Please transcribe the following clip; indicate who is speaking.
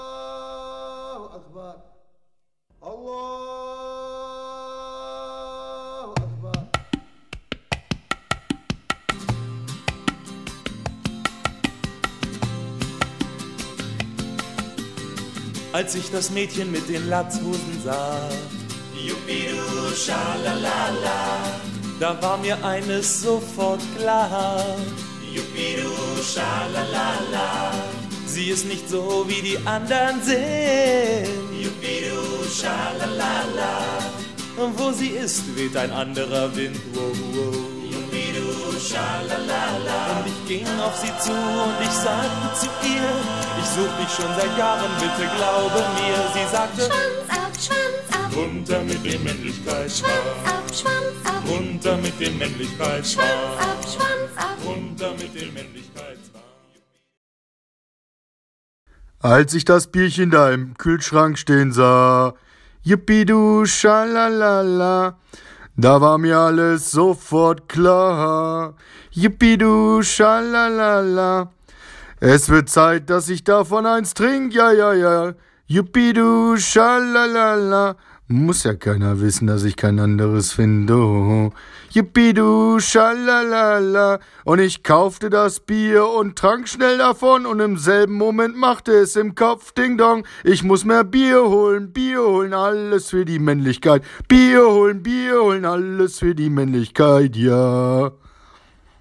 Speaker 1: الله أكبر الله أكبر
Speaker 2: als ich das Mädchen mit den Latzhosen sah. Jubidu, schalalala. Da war mir eines sofort klar. Jubidu, schalalala. Sie ist nicht so, wie die anderen sind. Jubidu, schalalala. Und wo sie ist, weht ein anderer Wind. Wow, wow. Jubidu, schalalala. Und ich ging auf sie zu und ich sagte zu ihr, ich such dich schon seit Jahren, bitte glaube mir. Sie sagte,
Speaker 3: Schwanz ab, Schwanz ab,
Speaker 2: runter mit dem Männlichkeitsschwarm,
Speaker 3: ab, Schwanz ab,
Speaker 2: runter mit dem
Speaker 3: Schwanz
Speaker 2: Männlichkeitsschwarm,
Speaker 3: ab, Schwanz ab.
Speaker 2: runter mit dem Männlichkeitsschwarm.
Speaker 4: Als ich das Bierchen da im Kühlschrank stehen sah, Jippidu, schalalala, da war mir alles sofort klar. Jippidu, schalalala, es wird Zeit, dass ich davon eins trink, ja, ja, ja. Jippidu, schalalala, muss ja keiner wissen, dass ich kein anderes finde. oh. Jippidu, schalalala. Und ich kaufte das Bier und trank schnell davon und im selben Moment machte es im Kopf Ding Dong. Ich muss mehr Bier holen, Bier holen, alles für die Männlichkeit. Bier holen, Bier holen, alles für die Männlichkeit, ja.